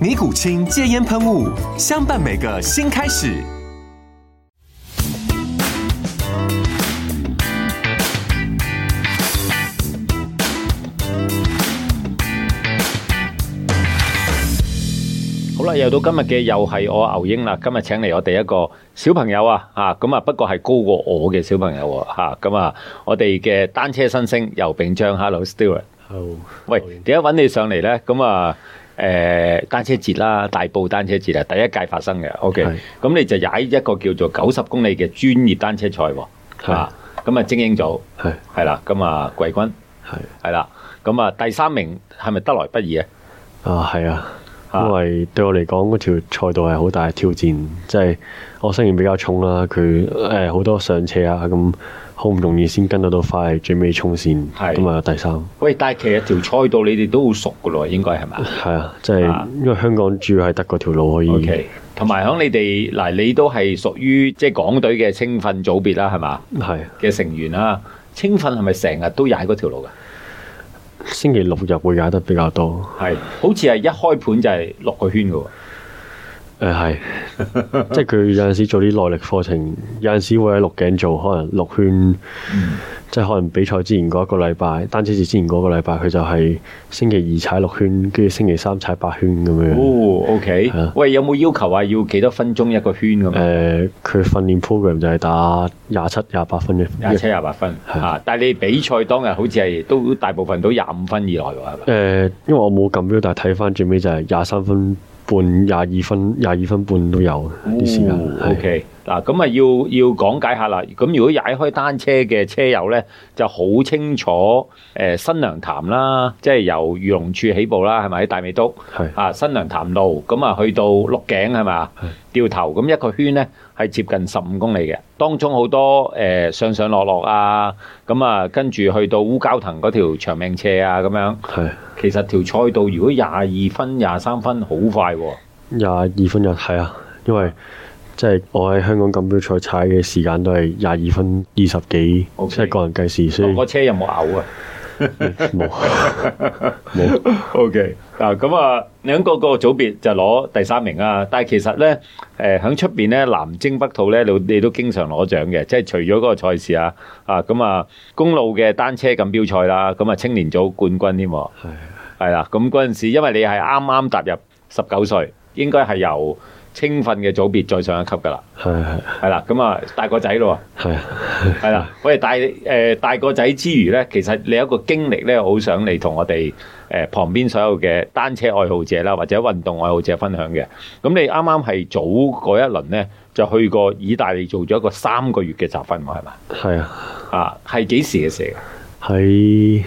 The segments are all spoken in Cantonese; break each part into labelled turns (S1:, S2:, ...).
S1: 尼古清戒烟喷雾，相伴每个新开始。
S2: 好啦，又到今日嘅又係我牛英啦，今日請嚟我哋一個小朋友啊，啊咁啊，不過係高過我嘅小朋友喎，吓咁啊，我哋嘅單車新星游炳章，Hello Stewart，
S3: 好，
S2: 喂，點解揾你上嚟咧？咁啊，诶、單車節啦，大埔單車節啊，第一屆發生嘅，OK，
S3: 係
S2: 咁你就踩一個叫做九十公里嘅專業單車賽喎，
S3: 係
S2: 啊，咁啊精英組
S3: 係
S2: 係啦，咁啊季軍
S3: 係
S2: 係啦，咁啊第三名係咪得來不易啊？
S3: 啊，係啊，
S2: 啊
S3: 因為對我嚟講，嗰條賽道係好大嘅挑戰，即係我雖然比較重啦，佢誒好多上斜啊，咁好唔容易先跟得到快最尾衝線，
S2: 係
S3: 咁啊第三，
S2: 喂，但係其實條賽道你哋都好熟噶咯，應該係咪啊？
S3: 係啊，即
S2: 啊
S3: 係因為香港主要係得嗰條路可以，
S2: O K，同埋喺你哋嗱，你都係屬於即係港隊嘅青訓組別啦，係嘛
S3: 係
S2: 嘅成員啦。青訓係咪成日都踩嗰條路㗎？
S3: 星期六日會踩得比較多，
S2: 係，好似係一開盤就係落個圈㗎喎。
S3: 誒 呃係，即係佢有陣時做啲耐力課程，有陣時會喺鹿頸做，可能六圈。
S2: 嗯，
S3: 即係可能比賽之前嗰一個禮拜，單車節之前嗰個禮拜，佢就係星期二踩六圈，跟住星期三踩八圈咁樣。誒、
S2: 哦，O K，
S3: 係啊
S2: 喂，有冇要求話要幾多分鐘一個圈咁啊樣？
S3: 呃佢訓練 program 就係打廿七、廿八分嘅。
S2: 廿
S3: 誒、
S2: 七廿八分嚇，啊但係你比賽當日好似係都大部分都廿五分以內喎，係咪？
S3: 呃因為我冇撳表，但係睇翻最尾就係廿三分半、廿二分、廿二分半都有啲時間。
S2: O
S3: 係
S2: K，嗱咁啊要要講解下啦。咁如果踩開單車嘅車友咧，就好清楚誒、呃新娘潭啦，即係由漁農處起步啦，係咪喺大美督
S3: 係
S2: 啊新娘潭路咁啊去到鹿頸係嘛？掉頭咁一個圈咧係接近十五公里嘅，當中好多誒、呃上上落落啊，咁啊跟住去到烏蛟騰嗰條長命斜啊咁樣。
S3: 係
S2: 其實條賽道如果廿二分廿三分好快喎、
S3: 廿二分又係啊，因為即係我喺香港錦標賽踩嘅時間都係廿二分二十幾
S2: OK
S3: 即係個人計時，所以
S2: 落個車有冇嘔啊？
S3: 冇 冇。
S2: O K，嗱咁啊，兩個個組別就攞第三名啊。但係其實咧，誒喺出邊咧，南征北討咧，你你都經常攞獎嘅，即係除咗嗰個賽事啊，啊咁啊，公路嘅單車錦標賽啦，咁啊青年組冠軍添喎，
S3: 係
S2: 係啦。咁嗰陣時，因為你係啱啱踏入十九歲，應該係由青訓嘅組別再上一級噶啦，
S3: 係係
S2: 係啦。咁啊，大個仔咯喎。
S3: 係啊。
S2: 係啦，喂，大誒、呃大個仔之餘咧，其實你有一個經歷咧，好想你同我哋誒、呃旁邊所有嘅單車愛好者啦，或者運動愛好者分享嘅。咁你啱啱係早嗰一輪咧，就去過意大利做咗一個三個月嘅集訓喎，係嘛？
S3: 係啊，
S2: 啊，係幾時嘅事嚟㗎？
S3: 喺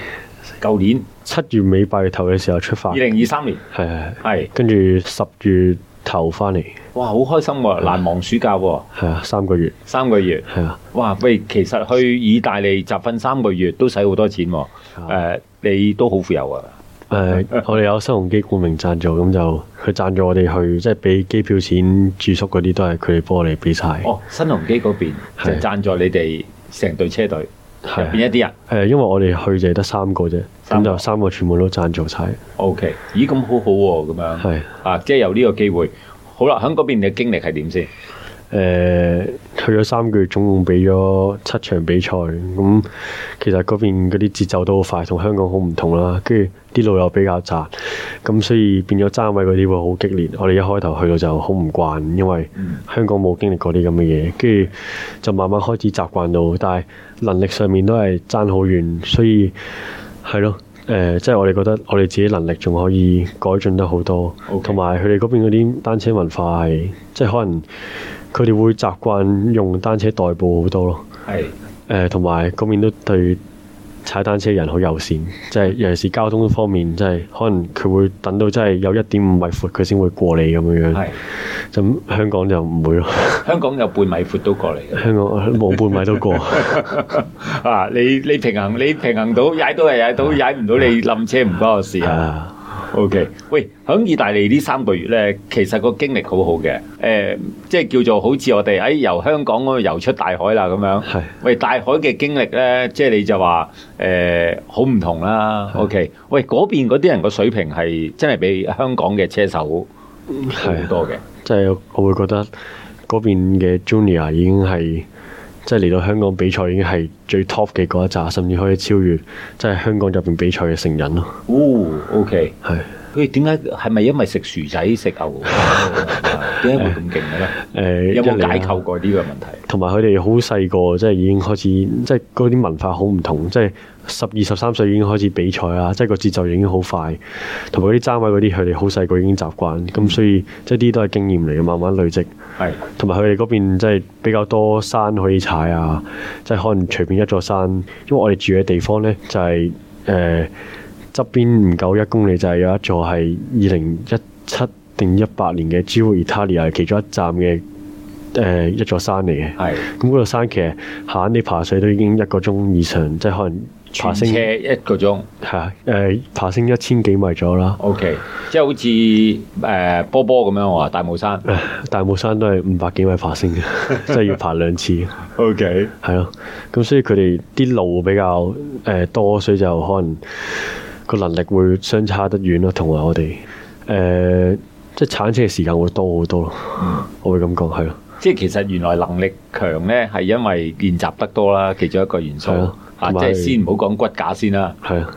S2: 舊年
S3: 七月尾八月頭嘅時候出發，
S2: 二
S3: 係
S2: 零二三年，
S3: 係，
S2: 係
S3: 跟住十月頭翻嚟，
S2: 哇，好開心喎、難忘暑假喎、
S3: 係啊，三個月，
S2: 三個月。
S3: 係啊，
S2: 哇！喂，其實去意大利集訓三個月都使好多錢喎、
S3: 啊
S2: 呃你都好富有啊！
S3: 誒，我哋有新鴻基冠名贊助，咁就佢贊助我哋去，即係俾機票錢、住宿嗰啲都係佢哋幫我哋俾晒，
S2: 哦，新鴻基嗰邊就
S3: 係
S2: 贊助你哋成隊車隊入
S3: 係
S2: 邊一啲人。
S3: 誒，因為我哋去就係得三個啫，
S2: 三
S3: 咁
S2: 個
S3: 就三個全部都贊助晒，
S2: O、k 咦咁好好喎、咁樣
S3: 係
S2: 啊，即係有呢個機會。好啦，喺嗰邊嘅經歷係點先？
S3: 誒，係去咗三個月，總共比咗七場比賽。咁其實嗰邊嗰啲節奏都好快，同香港好唔同啦。跟住啲路又比較窄，咁所以變咗爭位嗰啲會好激烈。我哋一開頭去到就好唔慣，因為香港冇經歷過啲咁嘅嘢，跟住就慢慢開始習慣到，但係能力上面都係爭好遠，所以係咯。誒、即係我哋覺得我哋自己能力仲可以改進得好多
S2: OK，
S3: 同埋佢哋嗰邊嗰啲單車文化係，即係可能佢哋會習慣用單車代步好多咯。
S2: 係
S3: 誒，同埋嗰邊都對踩單車人好友善，即
S2: 嗯
S3: 係尤其是交通方面，即係可能佢會等到真係有一點五米闊佢先會過你咁樣樣。
S2: 係
S3: 咁香港就唔會咯，
S2: 香港有半米闊都過嚟嘅。
S3: 香港冇半米都過。
S2: 啊！你你平衡你平衡到踩到係踩到，踩唔到你冧車唔關我事
S3: 係
S2: 啊。
S3: 啊。
S2: OK，喂，喺意大利呢三個月咧，其實個經歷好好嘅，誒、即係叫做好似我哋喺、哎由香港嗰度游出大海啦咁樣。
S3: 係
S2: 喂，大海嘅經歷咧，即係你就話誒好唔同啦。OK，喂，嗰邊嗰啲人個水平係真係比香港嘅車手好好多嘅。
S3: 即係我會覺得嗰邊嘅 Junior 已經係即係嚟到香港比賽已經係最 top 嘅嗰一紮，甚至可以超越即係香港入邊比賽嘅成人咯。
S2: 哦，OK，
S3: 係
S2: 佢點解係咪因為食薯仔 食牛腩？點解會咁勁嘅咧？
S3: 誒，
S2: 有
S3: 一嚟
S2: 冇
S3: 啦
S2: 解構過呢個問題？
S3: 同埋佢哋好細個，即係已經開始，即係嗰啲文化好唔同，即係十二十三歲已經開始比賽啦，即係個節奏已經好快，同埋嗰啲爭位嗰啲，佢哋好細個已經習慣，咁所以即係呢啲都係經驗嚟嘅，慢慢累積。
S2: 係
S3: 同埋佢哋嗰邊即係比較多山可以踩啊，即係可能隨便一座山，因為我哋住嘅地方咧就係誒側邊唔夠一公里就係有一座係二零一七定一八年嘅 Giro Italia 其中一站嘅誒、呃一座山嚟嘅。
S2: 係
S3: 咁嗰座山其實行你爬水都已經一個鐘以上，即係可能爬
S2: 全
S3: 升
S2: 車一個鐘
S3: 係啊誒爬升一千幾米左右啦。
S2: ，OK，即係好似誒、呃波波咁樣喎，大帽山。
S3: 大帽山都係五百幾米爬升嘅，即係要爬兩次。
S2: OK，
S3: 係咯，咁所以佢哋啲路比較誒、呃多，所以就可能個能力會相差得遠咯，同埋我哋誒、呃即係鏟車嘅時間會多好多咯。我會咁講係咯，
S2: 即係其實原來能力強咧，係因為練習得多啦，其中一個元素
S3: 係啊
S2: 啊，即
S3: 同埋
S2: 係先唔好講骨架先啦。
S3: 係啊，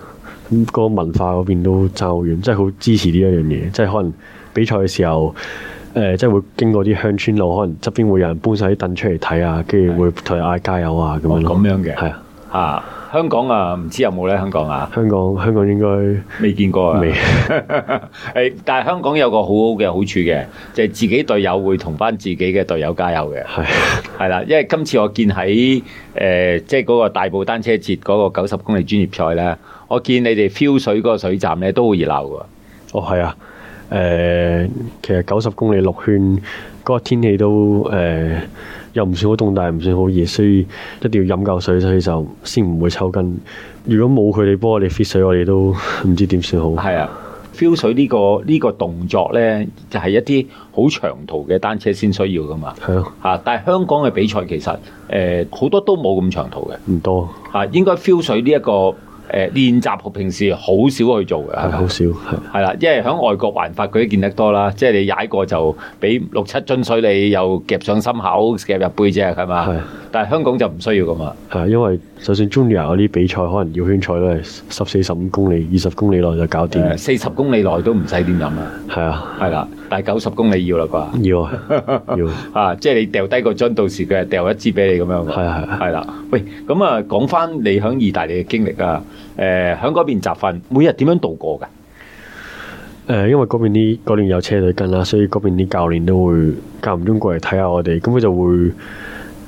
S3: 咁、個文化嗰邊都爭好遠，即係好支持呢一樣嘢，即係可能比賽嘅時候。誒、即係會經過啲鄉村路，可能側邊會有人搬晒啲凳出嚟睇啊，跟住會同佢嗌加油啊咁
S2: 哦
S3: 樣咯。
S2: 咁樣嘅
S3: 係啊，
S2: 啊，香港啊，唔知有冇咧？香港啊，
S3: 香港香港應該
S2: 未見過啊。
S3: 未
S2: 誒，但係香港有個好好嘅好處嘅，就係、自己隊友會同翻自己嘅隊友加油嘅。
S3: 係。
S2: 係啦，因為今次我見喺誒、呃即係嗰個大埔單車節嗰個九十公里專業賽咧，我見你哋 feel 水嗰個水站咧都好熱鬧㗎。
S3: 哦，係啊，誒、其實九十公里六圈嗰、個天氣都誒、又唔算好凍，但係唔算好熱，所以一定要飲夠水，所以就先唔會抽筋。如果冇佢哋幫我哋 fit 水，我哋都唔知點算好。
S2: 係啊，feel 水呢、個呢、個動作咧，就係、一啲好長途嘅單車先需要㗎嘛。
S3: 係咯，
S2: 嚇、但係香港嘅比賽其實誒好、多都冇咁長途嘅
S3: 唔多，
S2: 嚇、應該 feel 水呢、一個誒、呃、練習，平時好少去做嘅。
S3: 係
S2: 係咪
S3: 好少，係
S2: 係啦，因為喺外國環法佢都見得多啦，即係你踩過就俾六七樽水你，又夾上心口，夾入背脊係
S3: 係
S2: 嘛？但係香港就唔需要咁啊。
S3: 係，因為就算 junior 嗰啲比賽，可能繞圈賽都係十四、十五公里、二十公里內就搞掂。
S2: 誒，四十公里內都唔使點飲啦，
S3: 係啊，
S2: 係啦，但係九十公里要啦啩。
S3: 要 啊，要，
S2: 啊，即係你掉低個樽，到時佢係掉一支俾你咁樣㗎。
S3: 係啊係啊
S2: 係啦。喂，咁啊，講翻你喺意大利嘅經歷啊，誒，喺嗰邊集訓，每日點樣度過㗎？
S3: 誒、因為嗰邊啲嗰邊有車隊跟啦，所以嗰邊啲教練都會間唔中過嚟睇下我哋，咁佢就會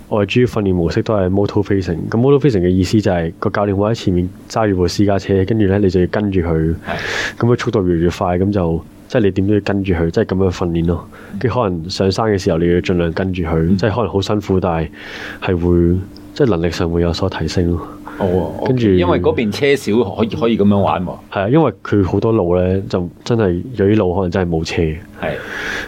S3: 我哋主要訓練模式都係 moto facing。咁 moto facing 嘅意思就係、個教練會喺前面揸住部私家車，跟住咧你就要跟住佢，咁佢速度越嚟越快，咁就即係你點都要跟住佢，即係咁樣訓練咯。跟住可能上山嘅時候你要盡量跟住佢，即係可能好辛苦，但係係會即係能力上會有所提升咯。
S2: 哦
S3: 跟住
S2: 因為嗰邊車少，可以可以咁樣玩喎。
S3: 係啊，因為佢好多路咧就真係有啲路可能真係冇車嘅。
S2: 係。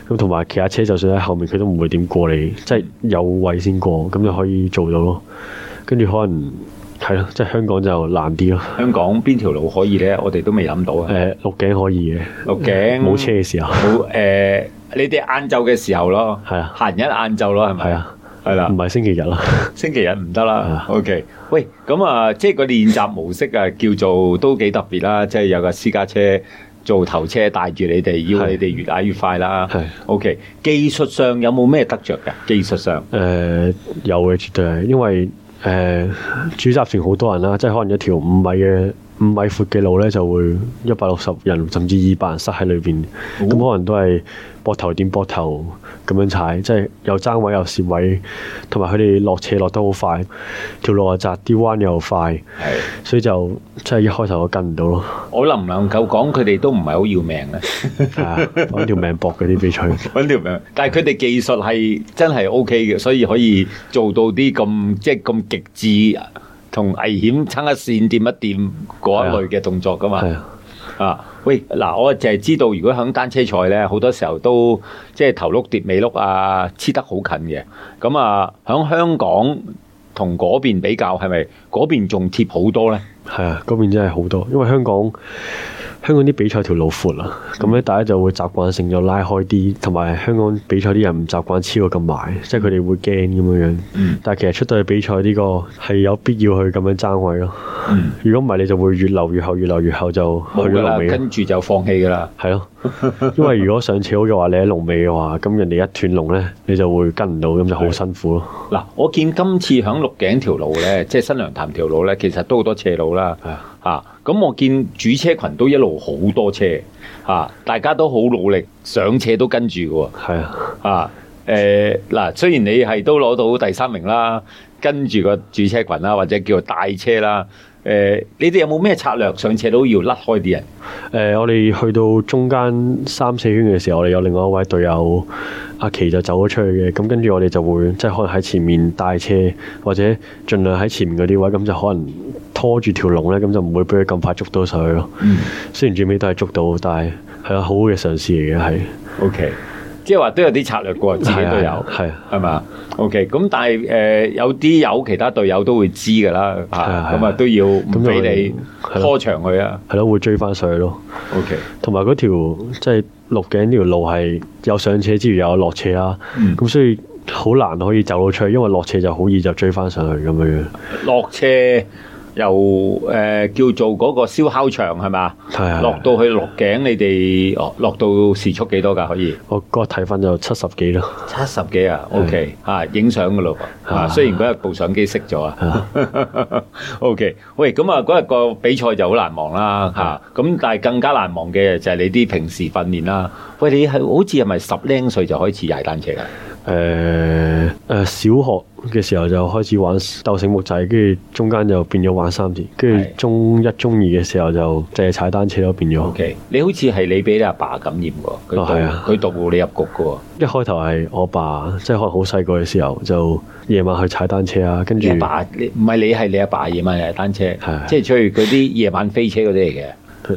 S3: 咁同埋騎下車，就算喺後面，佢都唔會點過你，即係有位先過，咁就可以做到咯。跟住可能係咯，即係香港就難啲咯。
S2: 香港邊條路可以咧？我哋都未諗到啊。
S3: 誒、鹿頸可以嘅，
S2: 六頸
S3: 冇車嘅時候
S2: 冇誒、你哋晏晝嘅時候咯，
S3: 係啊
S2: 閒日晏晝咯，係咪？
S3: 係啊，
S2: 係啦
S3: 唔。係星期日啦。
S2: 星期日唔得啦
S3: 啊。
S2: OK，喂，咁啊，即係個練習模式啊，叫做都幾特別啦。即係有架私家車做頭車帶住你哋，要
S3: 係
S2: 你哋越打越快啦
S3: 係。
S2: OK，技術上有冇咩得着㗎？技術上
S3: 誒、呃有嘅，絕對係，因為誒、呃主集團好多人啦，即係可能一條五米嘅五米闊嘅路咧，就會一百六十人甚至二百人塞喺裏邊，咁、可能都係膊頭掂膊頭咁樣踩，即係又爭位又蝕位，同埋佢哋落斜落得好快，條路又窄，啲彎又快，
S2: 係
S3: 所以就即係一開頭我跟唔到咯，
S2: 我能唔能夠講佢哋都唔係好要命咧？
S3: 係啊，揾條命搏嗰啲比賽，
S2: 揾條命，但係佢哋技術係真係 O K 嘅，所以可以做到啲咁即係咁極致同危險差一線掂一掂嗰一類嘅動作㗎嘛。
S3: 係啊。
S2: 啊，喂，嗱，我就係知道，如果喺單車賽咧，好多時候都即係頭碌跌尾碌啊，黐得好近嘅。咁啊，喺香港同嗰邊比較，係咪嗰邊仲貼好多咧？
S3: 係啊，嗰邊真係好多，因為香港香港啲比賽條路闊啦，咁
S2: 嗯
S3: 咧大家就會習慣性就拉開啲，同埋香港比賽啲人唔習慣超過咁埋，即係佢哋會驚咁樣樣。
S2: 嗯
S3: 但係其實出到去比賽呢個係有必要去咁樣爭位咯。
S2: 嗯
S3: 如果唔係，你就會越留越後，越留越後就去
S2: 冇
S3: 咗
S2: 㗎啦，
S3: 龍尾啊啦。
S2: 跟住就放棄㗎啦。
S3: 係咯，因為如果上次好嘅話，你喺龍尾嘅話，咁人哋一斷龍咧，你就會跟唔到，咁就好辛苦咯。
S2: 嗱，我見今次響鹿頸條路咧，即係新娘潭條路咧，其實都好多斜路啦。
S3: 係啊
S2: 嚇咁、我見主車群都一路好多車嚇、大家都好努力上斜都跟住嘅喎。
S3: 係啊，
S2: 啊，誒、嗱，雖然你係都攞到第三名啦，跟住個主車群啦，或者叫做大車啦，誒、你哋有冇咩策略上斜都要甩開啲人？
S3: 誒、呃我哋去到中間三四圈嘅時候，我哋有另外一位隊友阿琪就走咗出去嘅，咁跟住我哋就會即係可能喺前面帶車，或者盡量喺前面嗰啲位，咁就可能拖住條龍咧，咁就唔會俾佢咁快捉到上去咯。
S2: 嗯
S3: 雖然最尾都係捉到，但係係啊，好好嘅嘗試嚟嘅，係
S2: ，OK，即係話都有啲策略嘅喎，自己
S3: 係啊
S2: 都有。
S3: 係啊
S2: 係嘛？OK，咁但係誒、呃有啲有其他隊友都會知㗎啦，嚇
S3: 啊係啊
S2: 咁啊都要唔
S3: 咁就
S2: 俾
S3: 係
S2: 你
S3: 咯
S2: 拖長佢啊。
S3: 係咯，會追翻上去咯。
S2: OK，
S3: 同埋嗰條即係鹿頸呢條路係有上斜之餘又有落斜啦，
S2: 嗯
S3: 咁、所以好難可以走到出去，因為落斜就好易就追翻上去咁樣樣。
S2: 落車又誒、叫做嗰個燒烤場係嘛？
S3: 係啊
S2: 落到去鹿頸，你哋哦落到時速幾多㗎？可以
S3: 我嗰日睇翻就七十幾咯，
S2: 七十幾啊？OK 嚇，影相㗎咯喎。啊，
S3: 啊
S2: 雖然嗰日部相機熄咗啊。OK，喂，咁啊嗰日個比賽就好難忘啦嚇。咁但係更加難忘嘅就係你啲平時訓練啦。喂，你係好似係咪十零歲就開始踩單車㗎？
S3: 誒、誒、小學嘅時候就開始玩鬥醒目仔，跟住中間就變咗玩三字，跟住
S2: 係
S3: 中一中二嘅時候就淨係踩單車咯，變咗。
S2: OK，你好似係你俾你阿爸感染㗎喎，佢
S3: 哦係啊
S2: 導佢導你入局㗎喎。
S3: 一開頭係我爸，即係可能好細個嘅時候就夜晚去踩單車啊，跟住
S2: 你阿爸你唔係你係你阿爸夜晚踩單車
S3: 係，
S2: 即係出去嗰啲夜晚飛車嗰啲嚟嘅。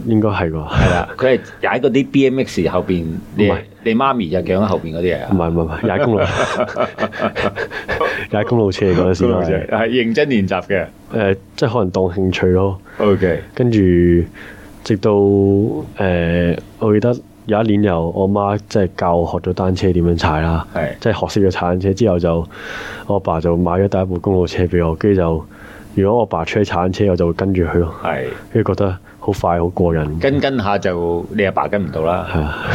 S3: 應該係啩？
S2: 係啦，佢係踩嗰啲 BMX 後邊，你
S3: 唔係
S2: 你媽咪就養喺後邊嗰啲
S3: 唔
S2: 啊。
S3: 係唔係唔 係，踩公路，踩公路車嗰陣時都係
S2: 係認真練習嘅。
S3: 誒，即係可能當興趣咯。
S2: OK，
S3: 跟住直到誒、呃我記得有一年由我媽即係教我學咗單車點樣踩啦，
S2: 係
S3: 即係學識咗踩單車之後就我阿爸就買咗第一部公路車俾我，跟住就如果我阿爸出去踩單車，我就會跟住佢咯，
S2: 係
S3: 跟住覺得好快好過癮，
S2: 跟跟下就你阿爸跟唔到啦。
S3: 係啊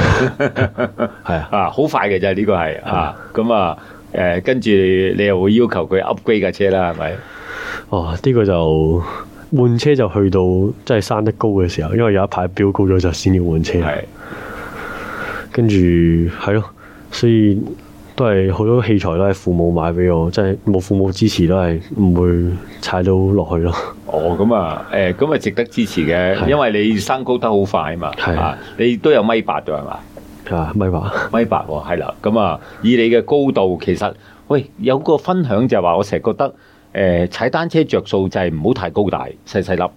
S3: 係啊，
S2: 啊，好快嘅啫，呢個係啊，咁啊。誒，跟住你又會要求佢 upgrade 架車啦，係咪？
S3: 哦呢、個就。換車就去到即係生得高嘅時候，因為有一排飆高咗就先要換車。
S2: 係
S3: 跟住係咯，所以都係好多器材都係父母買俾我，即係冇父母支持都係唔會踩到落去咯。
S2: 哦，咁啊，誒，咁啊，值得支持嘅，
S3: 係
S2: 因為你生高得好快啊嘛，
S3: 係
S2: 啊，你都有米八咗係嘛？
S3: 啊，咪話
S2: 米八喎，係啦，咁啊，以你嘅高度，其實喂有個分享就係話，我成日覺得誒、呃踩單車着數就係唔好太高大，細細粒，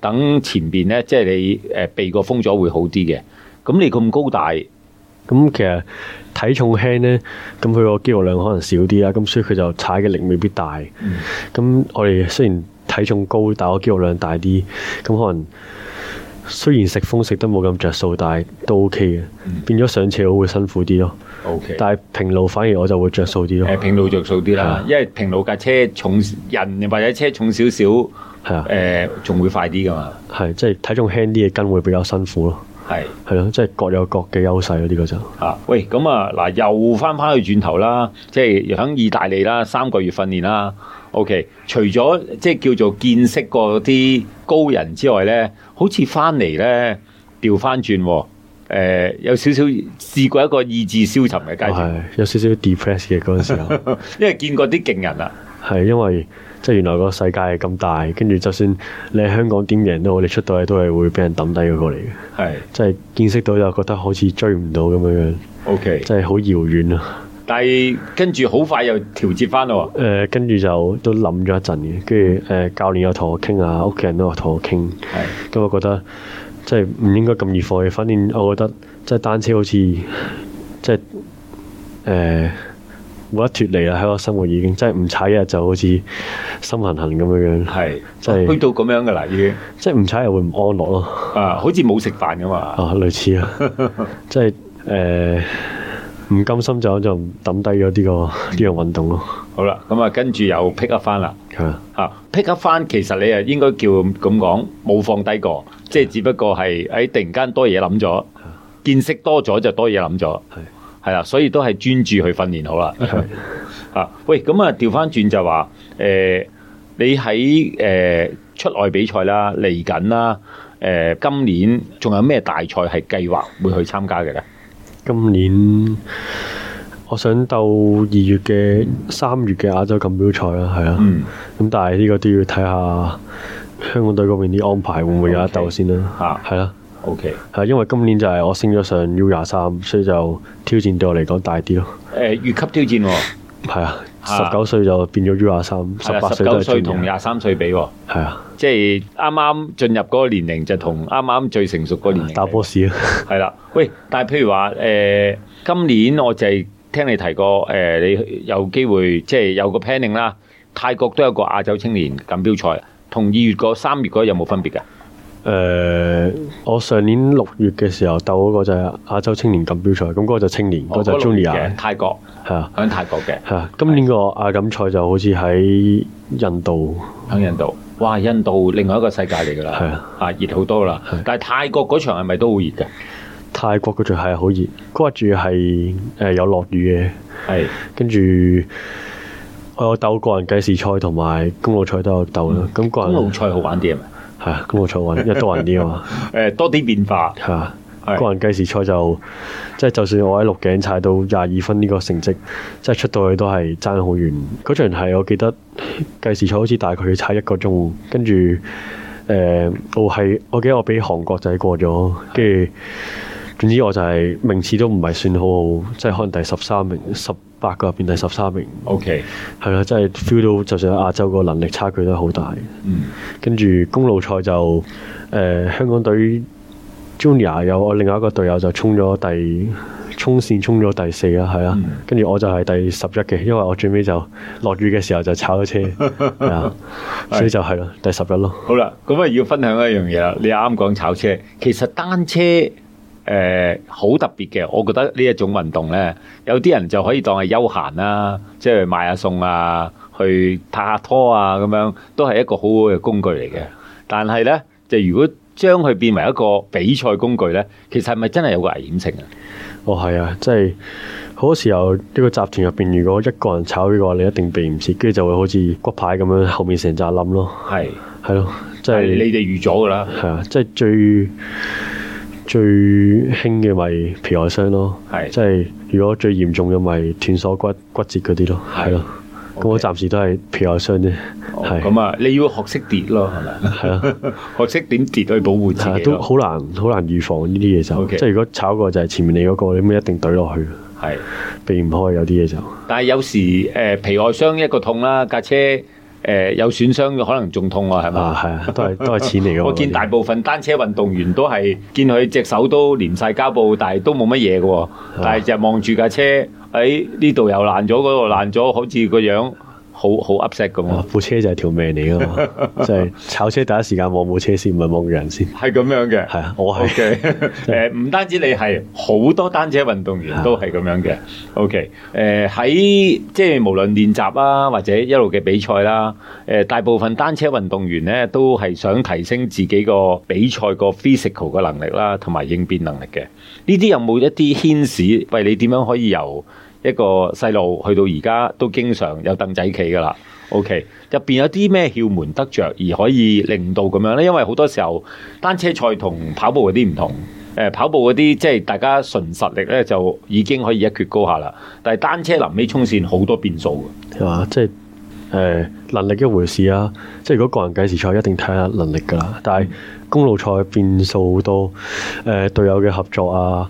S2: 等前邊咧即係你誒、呃避過風阻會好啲嘅。咁你咁高大，
S3: 咁其實體重輕呢，咁佢個肌肉量可能少啲啦，咁所以佢就踩嘅力未必大。咁、我哋雖然體重高，但我肌肉量大啲，咁可能。雖然食風食得冇咁着數，但係都 OK 嘅。變咗上斜路會辛苦啲咯。
S2: OK
S3: 但係平路反而我就會着數啲
S2: 誒
S3: 咯。
S2: 平路着數啲啦
S3: 啊，
S2: 因為平路架車重人或者車重少少，誒
S3: 係啊，
S2: 仲會快啲噶嘛，
S3: 係即係體重輕啲嘅跟會比較辛苦咯。
S2: 係。
S3: 係咯，即係各有各嘅優勢咯。呢個就
S2: 啊，喂，咁啊，嗱，又翻翻去轉頭啦，即係喺意大利啦，三個月訓練啦。OK，除咗即係叫做見識過啲高人之外咧，好似翻嚟咧調翻轉喎，誒有少少試過一個意志消沉嘅階段，
S3: 係有少少 depress 嘅嗰陣時 候。
S2: 因為見過啲勁人啊啦，
S3: 係因為即係原來個世界係咁大，跟住就算你喺香港點贏都好，你出到去都係會俾人抌低嗰個嚟嘅，
S2: 係
S3: 即係見識到就覺得好似追唔到咁樣樣，
S2: OK，
S3: 即係好遙遠啊！
S2: 但係跟住好快又調節翻咯喎。
S3: 誒、跟住就都諗咗一陣嘅，跟住誒教練又同我傾下，屋企人都有同我傾，咁我覺得即係唔應該咁易放棄。反正我覺得即係單車好似即係誒冇得脱離啦，喺我生活已經，即係唔踩一日就好似心痕痕咁樣樣。
S2: 係，
S3: 真係
S2: 去到咁樣噶啦，已經
S3: 即係唔踩又會唔安 樂咯，
S2: 啊，好似冇食飯噶嘛，
S3: 啊類似啊，即係誒唔甘心就就抌低咗呢個呢樣運動咯，
S2: 好啦，咁啊，跟住又 pick up 翻啦。
S3: 係啊，
S2: 嚇 pick up 翻，其實你啊應該叫咁講，冇放低過，即係只不過係喺突然間多嘢諗咗，見識多咗就多嘢諗咗，係啦，所以都係專注去訓練好啦。嚇，喂，咁啊調翻轉就話，誒、你喺誒、出外比賽啦，嚟緊啦，誒、今年仲有咩大賽係計劃會去參加嘅咧？
S3: 今年我想鬥二月嘅三月嘅亞洲錦標賽啦，係啊，
S2: 嗯，
S3: 咁但係呢個都要睇下香港隊嗰邊啲安排會唔會有得鬥先啦
S2: 嗯 OK，
S3: 係啦。
S2: ，OK，
S3: 係因為今年就係我升咗上 U 廿三，所以就挑戰對我嚟講大啲咯。
S2: 誒、呃越級挑戰喎、
S3: 係啊，
S2: 啊
S3: 十九歲就變咗 U 廿三，
S2: 係
S3: 十八
S2: 啦，十
S3: 歲都
S2: 九
S3: 係
S2: 歲
S3: 專
S2: 同
S3: 業。
S2: 廿三歲比喎、
S3: 係啊，
S2: 即係啱啱進入嗰個年齡就同啱啱最成熟嗰個年齡
S3: 打 boss 啊。
S2: 係啦。喂，但係譬如話誒、呃今年我就係聽你提過誒、呃你有機會即係有個 planning 啦。泰國都有個亞洲青年錦標賽，同二月嗰三月嗰有冇分別㗎？
S3: 誒、呃我上年六月嘅時候鬥嗰個就係亞洲青年錦標賽，咁嗰個就青年，嗰、個就
S2: 哦六月
S3: junior，
S2: 嘅泰國
S3: 係啊
S2: 響泰國嘅
S3: 係啊。今年個亞錦賽就好似喺印度，
S2: 響印度，哇！印度另外一個世界嚟㗎啦，
S3: 係啊
S2: 啊熱好多啦。但係泰國嗰場係咪都好熱㗎？
S3: 泰國嗰場係好熱，嗰日住係誒有落雨嘅，
S2: 係
S3: 跟住我有鬥個人計時賽同埋公路賽都有鬥啦。咁、個
S2: 嗯公路
S3: 人
S2: 賽好玩啲係咪？
S3: 係啊，公路 賽玩，因為多人啲啊嘛。
S2: 誒、多啲變化
S3: 係啊，
S2: 係
S3: 個人計時賽就即係就算我喺六頸踩到廿二分呢個成績，即係出到去都係爭好遠。嗰場係我記得計時賽好似大概要踩一個鐘，跟住誒我係我記得我俾韓國仔過咗，跟住總之我就係名次都唔係算好好，即係可能第十三名、十八個入邊第十三名，
S2: ，OK，
S3: 係啦，即係 feel 到就算喺亞洲個能力差距都係好大。
S2: 嗯。
S3: 跟住公路賽就誒、呃香港隊 Junior 有我另外一個隊友就衝咗第衝線衝咗第四啦，係啦
S2: 嗯，
S3: 跟住我就係第十一嘅，因為我最尾就落雨嘅時候就炒咗車，係啊，所以就係咯，第十一咯。
S2: 好啦，咁啊要分享一樣嘢啦。你啱啱講炒車，其實單車誒好、特別嘅，我覺得呢一種運動咧，有啲人就可以當係休閒啦，即係買下餸啊，去拍下拖啊咁樣，都係一個好好嘅工具嚟嘅。但係咧，就如果將佢變為一個比賽工具咧，其實係咪真係有個危險性啊？
S3: 哦，係啊，即係好多時候呢個集團入邊，如果一個人炒嘅話，你一定避唔切，跟住就會好似骨牌咁樣後面成扎冧咯，
S2: 係，
S3: 係咯，即
S2: 就係
S3: 係
S2: 你哋預咗㗎啦，
S3: 係啊，即係最最輕嘅咪皮外傷咯，
S2: 係
S3: 即係如果最嚴重嘅咪斷鎖骨骨折嗰啲咯，
S2: 係
S3: 係咯。咁我
S2: OK
S3: 暫時都係皮外傷啫，
S2: 哦
S3: 係
S2: 咁啊，你要學識跌咯，係咪？
S3: 係啊，
S2: 學識點跌去保護自
S3: 係啊
S2: 己
S3: 都
S2: 咯。
S3: 好難好難預防呢啲嘢就，
S2: OK
S3: 即係如果炒過就係前面你嗰個，你咪一定懟落去，
S2: 係。
S3: 避唔開有啲嘢就
S2: 但係有時誒、呃皮外傷一個痛啦，架車誒、呃有損傷嘅可能仲痛喎，係
S3: 啊
S2: 嘛？
S3: 係啊，都係都係錢嚟嘅。
S2: 我見大部分單車運動員都係見佢隻手都黏晒膠布，但係都冇乜嘢嘅
S3: 啊
S2: 喎。但係就望住架車，喺呢度又爛咗，嗰度爛咗，好似個樣好好好 upset 咁
S3: 啊
S2: 咯，
S3: 部車就係條命 嚟噶嘛，即係炒車第一時間望部車先，唔係望個人先。
S2: 係咁樣嘅。
S3: 係啊，我
S2: O
S3: 係 啊
S2: K，誒唔單止你係，好多單車運動員都係咁樣嘅。O K，誒喺即係無論練習啦，或者一路嘅比賽啦，誒、大部分單車運動員咧都係想提升自己個比賽個 physical 嘅能力啦，同埋應變能力嘅。呢啲有冇一啲牽使？喂，你點樣可以由一個細路去到而家都經常有凳仔企噶啦？O.K. 入邊有啲咩竅門得着，而可以令到咁樣呢？因為好多時候單車賽同跑步嗰啲唔同。誒、跑步嗰啲即係大家純實力呢，就已經可以一決高下啦。但係單車臨尾衝線好多變數
S3: 係嘛，即係誒、能力一回事啊。即係如果個人計時賽一定睇下能力㗎啦，但係公路賽變數好多，誒、隊友嘅合作啊，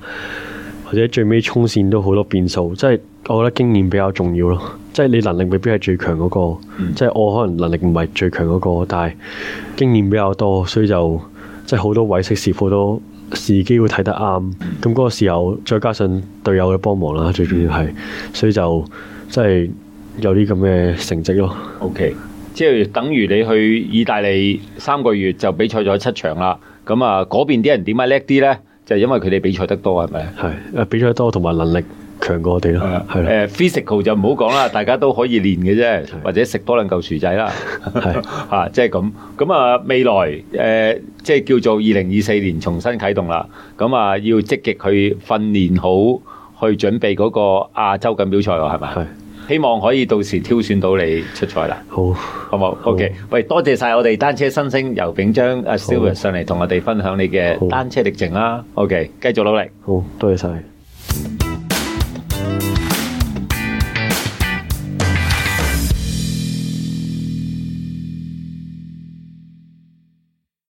S3: 或者最尾衝線都好多變數。即係我覺得經驗比較重要咯。即係你能力未必係最強嗰、個，
S2: 嗯
S3: 即係我可能能力唔係最強嗰、個，但係經驗比較多，所以就即係好多位識時，好多時機會睇得啱。咁嗰個時候，再加上隊友嘅幫忙啦，最重要係，所以就即係有啲咁嘅成績咯。
S2: 嘅。O.K. 即係等於你去意大利三個月就比賽咗七場啦。咁啊，嗰邊啲人點解叻啲呢？就係因為佢哋比賽得多，係咪？
S3: 係誒比賽多同埋能力強過我哋咯，係
S2: 誒
S3: 啦，
S2: physical 就唔好 講啦，大家都可以練嘅啫，或者食多兩嚿薯仔啦，
S3: 係
S2: 嚇，即係咁。咁啊，未來誒、即係叫做二零二四年重新啟動啦。咁啊，要積極去訓練好，去準備嗰個亞洲錦標賽喎，係咪？
S3: 係
S2: 希望可以到時挑選到你出賽啦，
S3: 好，
S2: 好冇？OK，喂，多謝晒我哋單車新星游炳章阿 Stewart 上嚟同我哋分享你
S3: 好
S2: 嘅單車歷程啦。OK，繼續努力。
S3: 好多謝晒。